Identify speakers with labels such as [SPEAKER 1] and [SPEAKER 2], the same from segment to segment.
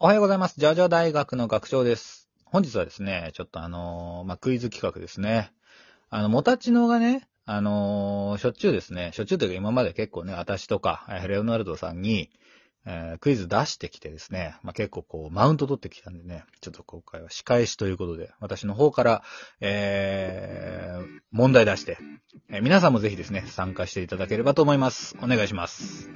[SPEAKER 1] おはようございます。ジャージャ大学の学長です。本日はですね、ちょっとあのーまあ、クイズ企画ですね。あの、モタチノがね、あのーしょっちゅうですね、しょっちゅうというか今まで結構ね、私とか、えーレオナルドさんに、えークイズ出してきてですね、まあ、結構こう、マウント取ってきたんでね、ちょっと今回は仕返しということで、私の方から、えー、問題出して、えー皆さんもぜひですね、参加していただければと思います。お願いします。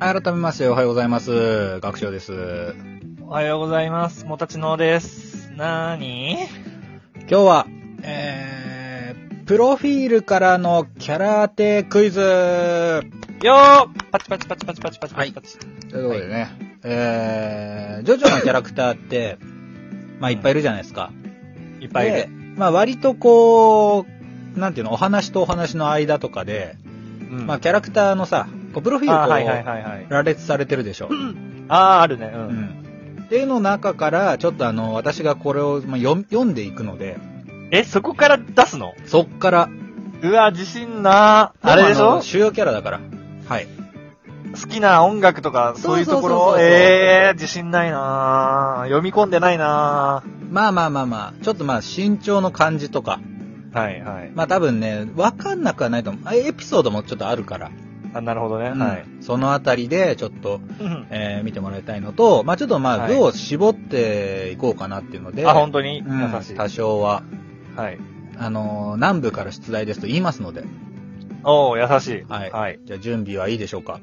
[SPEAKER 1] 改めましておはようございます。学長です。
[SPEAKER 2] おはようございます。もたちのです。なーに
[SPEAKER 1] 今日は、えー、プロフィールからのキャラ当てクイズ
[SPEAKER 2] よーパチパチパチパチパチパチパチパチ。
[SPEAKER 1] ということでね、えー、ジョジョのキャラクターって、まあいっぱいいるじゃないですか。
[SPEAKER 2] い、
[SPEAKER 1] い
[SPEAKER 2] っ
[SPEAKER 1] っぱいいる。。まあ割とこう、なんていうの、お話とお話の間とかで、
[SPEAKER 2] うん。
[SPEAKER 1] まあキャラクターのさ、こうプロフィール
[SPEAKER 2] あー
[SPEAKER 1] こう、
[SPEAKER 2] はいはいはいはい。
[SPEAKER 1] 羅列されてるでしょ。
[SPEAKER 2] あー、あるね。う。
[SPEAKER 1] うんん。っていうの中から、ちょっとあの、私がこれを、まあ、読み読んでいくので、
[SPEAKER 2] え、そこから出すの
[SPEAKER 1] そっから、
[SPEAKER 2] うわ、自信なー。あれでし
[SPEAKER 1] もあの
[SPEAKER 2] ょ
[SPEAKER 1] 主要キャラだから。はい。
[SPEAKER 2] 好きな音楽とか、そういうとこ
[SPEAKER 1] そうそうそうそ
[SPEAKER 2] ろ
[SPEAKER 1] う
[SPEAKER 2] えー、自信ないなー。読み込んでないな
[SPEAKER 1] まあまあまあまあ、ちょっとまあ身長の感じとか、
[SPEAKER 2] ー。はいはい。
[SPEAKER 1] まあ多分ね、わかんなくはないと思う。あエピソードもちょっとあるから、
[SPEAKER 2] あ、なるほどね。
[SPEAKER 1] うん
[SPEAKER 2] はい。
[SPEAKER 1] そのあたりでちょっと、
[SPEAKER 2] うん
[SPEAKER 1] えー見てもらいたいのと、まあちょっとまあ
[SPEAKER 2] はい
[SPEAKER 1] 具を絞っていこうかなっていうので、
[SPEAKER 2] あ、本当に優
[SPEAKER 1] うん
[SPEAKER 2] しい。
[SPEAKER 1] 多少は、
[SPEAKER 2] はい。
[SPEAKER 1] あのー南部から出題ですと言いますので、
[SPEAKER 2] おー、優しい。
[SPEAKER 1] はい
[SPEAKER 2] はい。
[SPEAKER 1] じゃあ準備はいいでしょうか。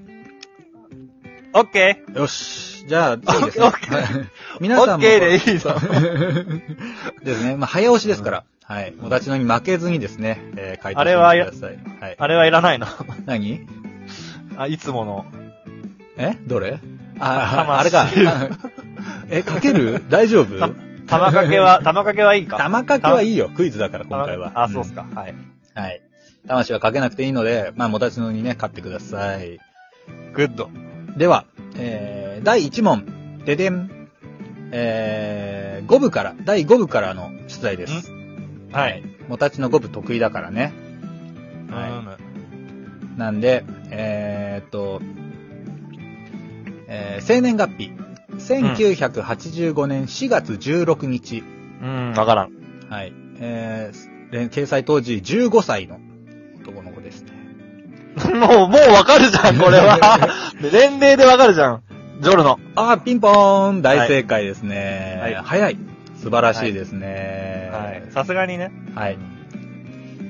[SPEAKER 2] オッケ
[SPEAKER 1] よし。じゃあ、次ですね。
[SPEAKER 2] オッケー
[SPEAKER 1] はい
[SPEAKER 2] ー。
[SPEAKER 1] 皆
[SPEAKER 2] オ
[SPEAKER 1] さん
[SPEAKER 2] ッ
[SPEAKER 1] も。
[SPEAKER 2] ケーでいいぞ。
[SPEAKER 1] ですね。まあ、早押しですから。はい。お立ちのに負けずにですね、えー、書いて
[SPEAKER 2] あれは
[SPEAKER 1] ください。はい。
[SPEAKER 2] あれはいらないの。
[SPEAKER 1] 何
[SPEAKER 2] あ、いつもの。
[SPEAKER 1] えどれああ、あれ
[SPEAKER 2] 魂
[SPEAKER 1] か。え、書ける大丈夫
[SPEAKER 2] た玉掛け は、玉掛けはいいか。
[SPEAKER 1] 玉掛けはいいよ。クイズだから、今
[SPEAKER 2] 玉
[SPEAKER 1] 回は。
[SPEAKER 2] あ、そうっすか。はい。
[SPEAKER 1] うん。はい。魂は書けなくていいので、まあ、お立ちのにね、買ってください。
[SPEAKER 2] グッド。
[SPEAKER 1] では、えー、第1問。ででん。えー、5部から、第5部からの出題です。
[SPEAKER 2] はい。
[SPEAKER 1] もたちの五部得意だからね。は。
[SPEAKER 2] はい
[SPEAKER 1] なんで、えーっと、えー生年月日。1985年4月16日。
[SPEAKER 2] い。うん、わからん。
[SPEAKER 1] はい。えー連掲載当時15歳の男の子ですね。
[SPEAKER 2] もう、もうわかるじゃん、これ は。で年齢でわかるじゃん。ジョルノ。
[SPEAKER 1] あー、ピンポーン大正解ですね。
[SPEAKER 2] はい
[SPEAKER 1] 早い。素晴らしいですね。
[SPEAKER 2] はい。さすがにね。
[SPEAKER 1] はい。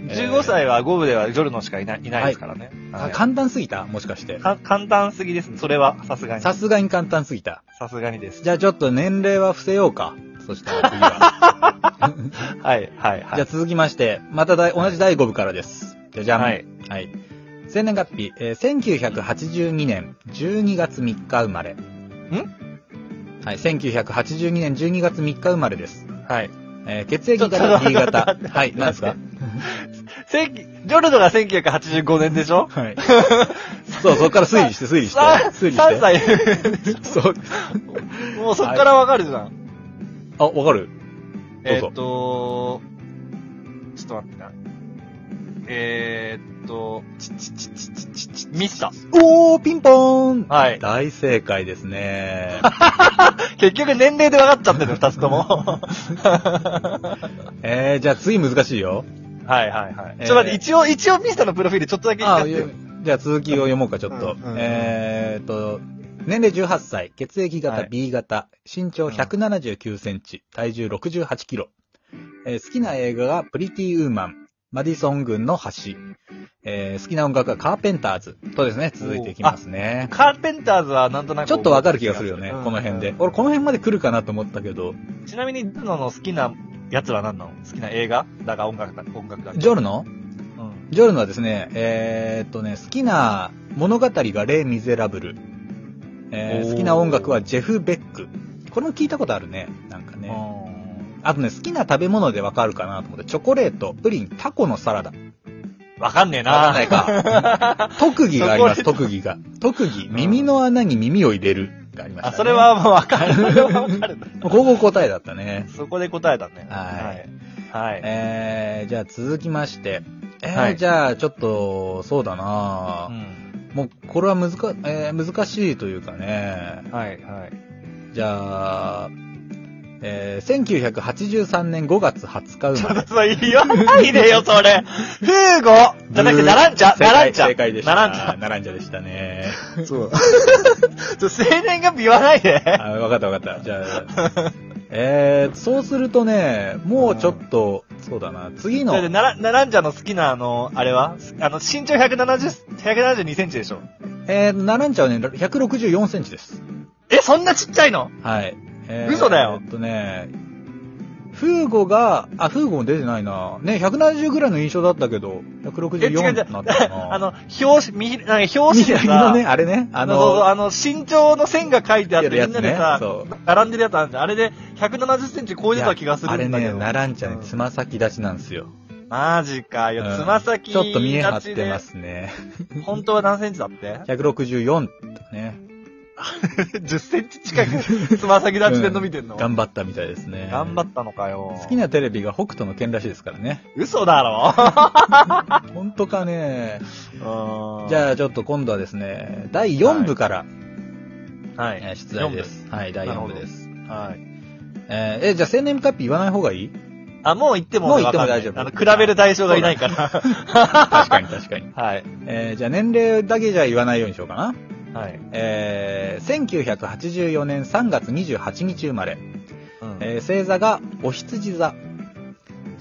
[SPEAKER 2] 15歳は5部ではジョルノしかいないいないですからね。
[SPEAKER 1] あ
[SPEAKER 2] はい
[SPEAKER 1] 簡単すぎたもしかして。
[SPEAKER 2] か簡単すぎですね。それは、さすがに。
[SPEAKER 1] さ
[SPEAKER 2] さ
[SPEAKER 1] すがに簡単すぎた。
[SPEAKER 2] すがにです。
[SPEAKER 1] じゃあちょっと年齢は伏せようか。そしたら次は。
[SPEAKER 2] はい、はい、はい。
[SPEAKER 1] じゃあ続きまして、まただ同じ第5部からです。じゃじゃん。は
[SPEAKER 2] はいい。
[SPEAKER 1] 生年月日、えー1982年12月3日生まれ。んはい、1982年12月3日生まれです。
[SPEAKER 2] はい。
[SPEAKER 1] えー血液
[SPEAKER 2] ちょちょ
[SPEAKER 1] 型
[SPEAKER 2] っと
[SPEAKER 1] B 型
[SPEAKER 2] 待って待っ。て
[SPEAKER 1] はい、なんですか
[SPEAKER 2] せんジョルノが1985年でしょ
[SPEAKER 1] はい。そう、そっから推理して、推理して。推理
[SPEAKER 2] 3
[SPEAKER 1] し
[SPEAKER 2] 歳。
[SPEAKER 1] て。そう。
[SPEAKER 2] もうそっからわかるじゃん。
[SPEAKER 1] あ、わかるどう
[SPEAKER 2] え
[SPEAKER 1] ぞ
[SPEAKER 2] ーっと、ちょっと待ってな。えーっと、ちちちちちちちミスタ。
[SPEAKER 1] おー、ピンポーン
[SPEAKER 2] はい。
[SPEAKER 1] 大正解ですね。
[SPEAKER 2] 結局年齢で分かっちゃってる、二つとも。は
[SPEAKER 1] えー、じゃあ次難しいよ。
[SPEAKER 2] いはいはい。
[SPEAKER 1] えー
[SPEAKER 2] ちょっと待って、一応、一応ミスタのプロフィールちょっ とだけ言っ
[SPEAKER 1] あ
[SPEAKER 2] てよ。
[SPEAKER 1] じゃあ続きを読もうか、ちょっと。
[SPEAKER 2] うんうんうん
[SPEAKER 1] えーっと、年齢18歳、血液型
[SPEAKER 2] はい
[SPEAKER 1] B 型、身長
[SPEAKER 2] うん
[SPEAKER 1] 179センチ、体重68キロ。えー好きな映画がプリティウーマン、マディソン軍の橋。えー好きな音楽がカーペンターズ。とですね、続いていきますね。
[SPEAKER 2] カーペンターズはなんとなく。
[SPEAKER 1] ちょっとわかる気がするよね、
[SPEAKER 2] うん
[SPEAKER 1] この辺で。。俺この辺まで来るかなと思ったけど。
[SPEAKER 2] うんちなみに、ジョルノの好きなやつは何なの好きな映画だが音楽だ、音楽だ。
[SPEAKER 1] ジョルノ
[SPEAKER 2] うん
[SPEAKER 1] ジョルノはですね、えーっとね、好きな物語がレイ・ミゼラブル。えー
[SPEAKER 2] おー
[SPEAKER 1] 好きな音楽はジェフ・ベック。これも聞いたことあるね。なんかね。
[SPEAKER 2] うん
[SPEAKER 1] あとね、好きな食べ物でわかるかなと思って、チョコレート、プリン、タコのサラダ。
[SPEAKER 2] わかんねえ
[SPEAKER 1] わかん
[SPEAKER 2] な
[SPEAKER 1] ないか。 特技がありま
[SPEAKER 2] チ
[SPEAKER 1] す、
[SPEAKER 2] ョコ
[SPEAKER 1] 特技が。特技、耳の穴に耳を入れるがありました、
[SPEAKER 2] あ、
[SPEAKER 1] ね。
[SPEAKER 2] それはもうわかる。それはわかる。
[SPEAKER 1] ここ答えだったね。
[SPEAKER 2] そこで答えたね。
[SPEAKER 1] はい
[SPEAKER 2] はい。はい。
[SPEAKER 1] えー、じゃあ続きまして。えー
[SPEAKER 2] はい
[SPEAKER 1] じゃあちょっと、そうだな
[SPEAKER 2] う
[SPEAKER 1] ぁ、
[SPEAKER 2] ん
[SPEAKER 1] もうこれは難か、えー難しいというかね。
[SPEAKER 2] はい、はい。
[SPEAKER 1] じゃあ、えー、1983年5月20日生
[SPEAKER 2] ちょ
[SPEAKER 1] まれ
[SPEAKER 2] っ。とそれ 言わないでよ、それ。フーゴじゃなくて、ナランチャ
[SPEAKER 1] 正
[SPEAKER 2] ナ
[SPEAKER 1] 解
[SPEAKER 2] ランチャ
[SPEAKER 1] 正解でした。
[SPEAKER 2] ナランチャ
[SPEAKER 1] ナランチャでしたね。
[SPEAKER 2] そう。 ちょ生年月日言わないで。
[SPEAKER 1] あ、わかったわかった。じゃあ、えー、そうするとね、もうちょっと、そうだな、次
[SPEAKER 2] そ
[SPEAKER 1] の
[SPEAKER 2] れで、、ナラナランジャの好きな、あの、あれはあの、身長170、172センチでしょ。
[SPEAKER 1] えー、ナランチャはね、164センチです。
[SPEAKER 2] え、そんなちっちゃいの
[SPEAKER 1] はい。えー
[SPEAKER 2] 嘘だよ
[SPEAKER 1] えっとね、フーゴが、あ、フーゴも出てないな。ね、170ぐらいの印象だったけど、
[SPEAKER 2] え、違う違
[SPEAKER 1] 164
[SPEAKER 2] う
[SPEAKER 1] になったかな。
[SPEAKER 2] あ、の、表紙、みひ、なんか表紙
[SPEAKER 1] 右
[SPEAKER 2] で
[SPEAKER 1] の
[SPEAKER 2] さ、
[SPEAKER 1] ね、あれね、あ
[SPEAKER 2] あの、そうそう
[SPEAKER 1] の、
[SPEAKER 2] あの、身長の線が書いてあって、
[SPEAKER 1] やるや
[SPEAKER 2] み
[SPEAKER 1] つ
[SPEAKER 2] ん
[SPEAKER 1] ね
[SPEAKER 2] なでさ
[SPEAKER 1] そ、
[SPEAKER 2] 並んでるやつあるじゃん。あれで170センチ超えてた気がする
[SPEAKER 1] あれ
[SPEAKER 2] んだけ
[SPEAKER 1] ね、
[SPEAKER 2] ど。
[SPEAKER 1] ナランチャ
[SPEAKER 2] う
[SPEAKER 1] ね、
[SPEAKER 2] ん
[SPEAKER 1] つま先立ちなんですよ。
[SPEAKER 2] マジかよ、
[SPEAKER 1] うん
[SPEAKER 2] つま先
[SPEAKER 1] ちょっと見え張っ
[SPEAKER 2] 立ち
[SPEAKER 1] て
[SPEAKER 2] で
[SPEAKER 1] ますね。
[SPEAKER 2] 本当は何センチだって
[SPEAKER 1] 164とね、
[SPEAKER 2] 10センチ近く、つま先立ちで伸びてんの、
[SPEAKER 1] 頑張ったみたいですね。
[SPEAKER 2] 頑張ったのかよ。
[SPEAKER 1] 好きなテレビが北斗の剣らしいですからね。
[SPEAKER 2] 嘘 だろ
[SPEAKER 1] 本当かね。じ
[SPEAKER 2] じ
[SPEAKER 1] ゃあちょっと今度はですね、第4部から、
[SPEAKER 2] あ、はい
[SPEAKER 1] えー。出題です。はい、第4部です。
[SPEAKER 2] 四部。はい。
[SPEAKER 1] えーえじゃあ生年月日言わない方が いい
[SPEAKER 2] あ、もう言っても
[SPEAKER 1] もう
[SPEAKER 2] 俺
[SPEAKER 1] 言っても
[SPEAKER 2] わかんない
[SPEAKER 1] 大丈夫
[SPEAKER 2] あの、比べる対象がいないから。
[SPEAKER 1] 確かに確かに。
[SPEAKER 2] はい。
[SPEAKER 1] えーじゃあ年齢だけじゃ言わないようにしようかな。
[SPEAKER 2] はい。
[SPEAKER 1] えー、1984年3月28日生まれ。
[SPEAKER 2] うん
[SPEAKER 1] えー星座がお羊座。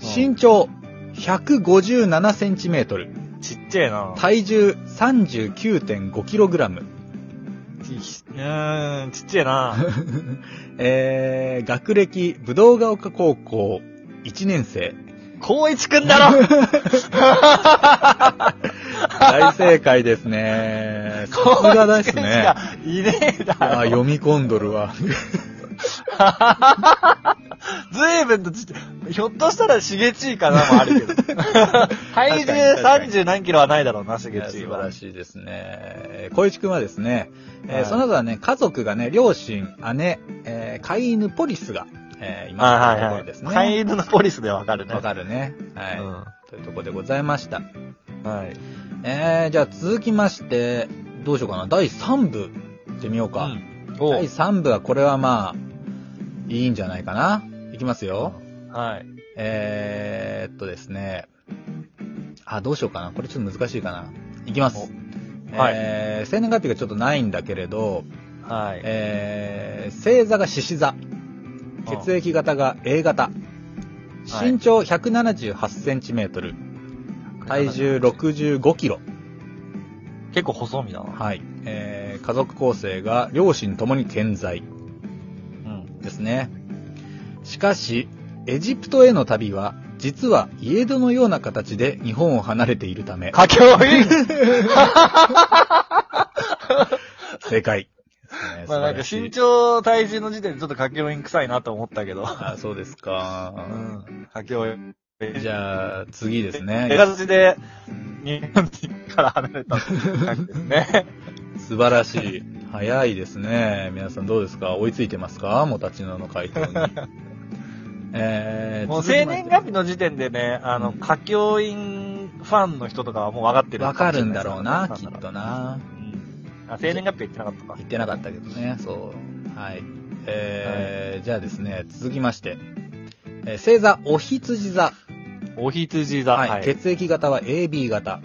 [SPEAKER 1] 身長157センチメートル。
[SPEAKER 2] ちっちゃいな。
[SPEAKER 1] 体重39.5キログラ ム。
[SPEAKER 2] ちうーん、ちっちゃいな。
[SPEAKER 1] えー、学歴、武道ヶ丘高校1年生。
[SPEAKER 2] 高一くんだろ
[SPEAKER 1] 大正解です ね。 さ
[SPEAKER 2] 高
[SPEAKER 1] すがです
[SPEAKER 2] 一くんし
[SPEAKER 1] ね
[SPEAKER 2] か。いねえ
[SPEAKER 1] いや
[SPEAKER 2] だ
[SPEAKER 1] ー
[SPEAKER 2] ろ。
[SPEAKER 1] 読み込んどるわ。
[SPEAKER 2] ずいぶんとちっちゃい。ひょっとしたらしげちいかなもあるけど。体重30何キロはないだろうな、し
[SPEAKER 1] い
[SPEAKER 2] げ
[SPEAKER 1] や素
[SPEAKER 2] ちい
[SPEAKER 1] 晴
[SPEAKER 2] は
[SPEAKER 1] ら。しいですね。小一くんはですね、えー
[SPEAKER 2] はい
[SPEAKER 1] その後はね、家族がね、両親、姉、えー飼い犬ポリスが、えーいま
[SPEAKER 2] あ
[SPEAKER 1] したと
[SPEAKER 2] はい
[SPEAKER 1] こ
[SPEAKER 2] は
[SPEAKER 1] ろ
[SPEAKER 2] い
[SPEAKER 1] です。ね。
[SPEAKER 2] 飼い犬のポリスでわかるね。
[SPEAKER 1] わかるね。はい、
[SPEAKER 2] う
[SPEAKER 1] というところでございました。
[SPEAKER 2] ん。はい。
[SPEAKER 1] えー、じゃあ続きまして、どうしようかな。第3部、行ってみようか。
[SPEAKER 2] お
[SPEAKER 1] 第3部は、これはまあ、いいんじゃないかな。いきますよ。
[SPEAKER 2] はい。
[SPEAKER 1] えー、っとですね。あ、どうしようかな。これちょっと難しいかな。いきます。
[SPEAKER 2] おはい
[SPEAKER 1] えー、生年月日がちょっとないんだけれど、
[SPEAKER 2] はい。
[SPEAKER 1] えー、星座が獅子座。血液型が A 型。
[SPEAKER 2] はい
[SPEAKER 1] 身長178センチメートル。体重65キロ。
[SPEAKER 2] 結構細身だな。
[SPEAKER 1] はい。えー、家族構成が両親ともに健在
[SPEAKER 2] うん。
[SPEAKER 1] ですね。しかし、エジプトへの旅は、実は家出のような形で日本を離れているため、
[SPEAKER 2] かけおい
[SPEAKER 1] 正 解。ですね
[SPEAKER 2] まあなん
[SPEAKER 1] 素晴
[SPEAKER 2] か
[SPEAKER 1] らし
[SPEAKER 2] 身
[SPEAKER 1] い
[SPEAKER 2] 長、体重の時点でちょっとかけおいん臭いなと思ったけど。
[SPEAKER 1] あ、そうです
[SPEAKER 2] う
[SPEAKER 1] か。
[SPEAKER 2] ん。かけおいん。
[SPEAKER 1] じゃあ、次ですね。
[SPEAKER 2] 出形で、日本から離れたって感じですね。
[SPEAKER 1] 素晴らしい。早いですね。皆さんどうですか追いついてますかもたちのの回答に。えー、
[SPEAKER 2] もう
[SPEAKER 1] 続き
[SPEAKER 2] 生
[SPEAKER 1] まして
[SPEAKER 2] 年月日の時点でね、あの、歌教員ファンの人とかはもう分かってる
[SPEAKER 1] わかるんだろうな、
[SPEAKER 2] かもし
[SPEAKER 1] き
[SPEAKER 2] れ
[SPEAKER 1] っ
[SPEAKER 2] いです
[SPEAKER 1] とな。
[SPEAKER 2] うんあ、生年月日は言ってなかったか。
[SPEAKER 1] 言ってなかったけどね、そう。はい。えーじゃあですね、続きまして。えー星座、お羊座。
[SPEAKER 2] お羊座。
[SPEAKER 1] はい、血液型は AB 型。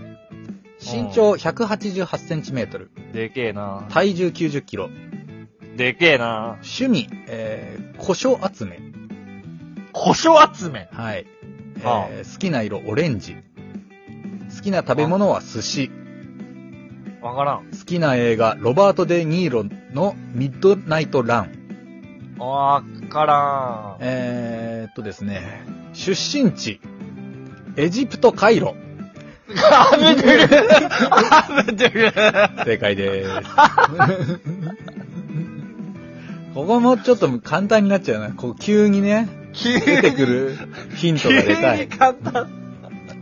[SPEAKER 1] 身長188センチメートル。
[SPEAKER 2] でけえな
[SPEAKER 1] 体重90キロ。
[SPEAKER 2] でけえな
[SPEAKER 1] 趣味、えー、胡椒集め。
[SPEAKER 2] 胡椒集め。
[SPEAKER 1] はい。えー
[SPEAKER 2] あ
[SPEAKER 1] 好きな色、オレンジ。好きな食べ物は寿司。
[SPEAKER 2] わからん。
[SPEAKER 1] 好きな映画、ロバート・デ・ニーロのミッドナイト・ラン。
[SPEAKER 2] わからん。
[SPEAKER 1] えー、っとですね、出身地、エジプト・カイロ。
[SPEAKER 2] あぶてるあぶてる
[SPEAKER 1] 正解です。こここもちょっと簡単になっちゃうな。こう急にね、
[SPEAKER 2] 急
[SPEAKER 1] 出てくるヒントが出た
[SPEAKER 2] 急に
[SPEAKER 1] い。
[SPEAKER 2] 簡単。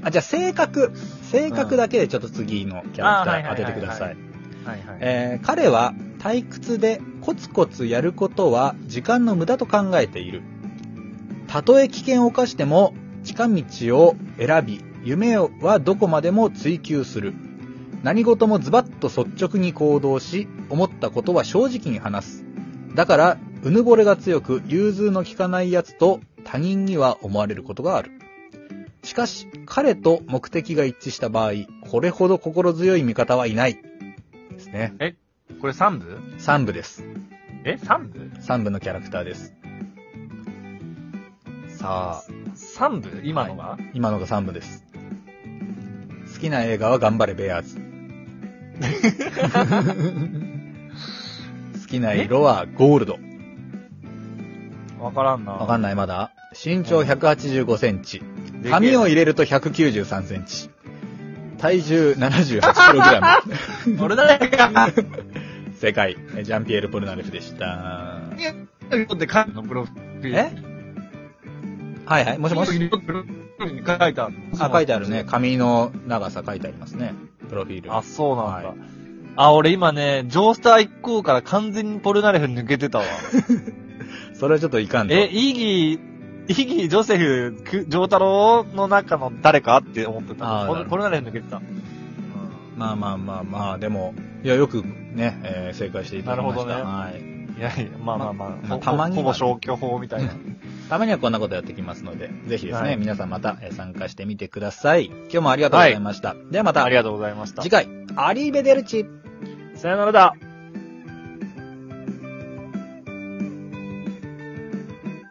[SPEAKER 1] あ、じゃあ性格。性格だけでちょっと次のキャラクタ
[SPEAKER 2] うん
[SPEAKER 1] ー
[SPEAKER 2] あーはいはいはいは
[SPEAKER 1] 当て
[SPEAKER 2] い
[SPEAKER 1] てください。
[SPEAKER 2] はいはい。
[SPEAKER 1] えー彼は退屈でコツコツやることは時間の無駄と考えている。たとえ危険を冒しても近道を選び、夢はどこまでも追求する。何事もズバッと率直に行動し、思ったことは正直に話す。だから、うぬぼれが強く、融通の利かない奴と他人には思われることがある。しかし、彼と目的が一致した場合、これほど心強い味方はいない。ですね。
[SPEAKER 2] これ3部
[SPEAKER 1] 3部です。
[SPEAKER 2] え ?3 部
[SPEAKER 1] 3部のキャラクターです。さあ、
[SPEAKER 2] ?3 部今のは、
[SPEAKER 1] 今のが3部です。好きな映画は頑張れベア ーズ。好きな色はゴールド。
[SPEAKER 2] わからんな。
[SPEAKER 1] わかんないまだ身長185センチ。
[SPEAKER 2] でけえ
[SPEAKER 1] 髪 を入れると193センチ。体重78キログラム。
[SPEAKER 2] 俺だけが、
[SPEAKER 1] 正解。えジャンピエール・ポルナレフでした。は
[SPEAKER 2] って書いてのプロフィール。
[SPEAKER 1] えいはい。もしもし。
[SPEAKER 2] プロフィールに書いてある
[SPEAKER 1] あ、書いてあるね。。髪の長さ書いてありますね。プロフィール。
[SPEAKER 2] あ、そうなんだ。
[SPEAKER 1] はい
[SPEAKER 2] あ、俺今ね、ジョースター1行から完全にポルナレフ抜けて たわ。
[SPEAKER 1] それはちょっといかんと。
[SPEAKER 2] え、イギー、イギー、ジョセフ、くジョータロの中の誰かって思って
[SPEAKER 1] あー
[SPEAKER 2] た。ポ
[SPEAKER 1] な
[SPEAKER 2] ル
[SPEAKER 1] る
[SPEAKER 2] ポ
[SPEAKER 1] ほ
[SPEAKER 2] ルナレフ抜けてた。
[SPEAKER 1] まあまあまあまあ、でも、いや、よくね、えー正解していただきました。
[SPEAKER 2] なるほどね
[SPEAKER 1] はい。
[SPEAKER 2] いやいや、まあまあまあ、
[SPEAKER 1] まあ
[SPEAKER 2] ほ
[SPEAKER 1] たまには
[SPEAKER 2] ほぼ消去法みたいな。
[SPEAKER 1] たまにはこんなことやってきますので、ぜひですね、
[SPEAKER 2] はい
[SPEAKER 1] 皆さんまたえー参加してみてください。 今日もありがとうございました。ではまた、
[SPEAKER 2] ありがとうございました
[SPEAKER 1] 次。回、アリーベデルチ
[SPEAKER 2] さよならだ。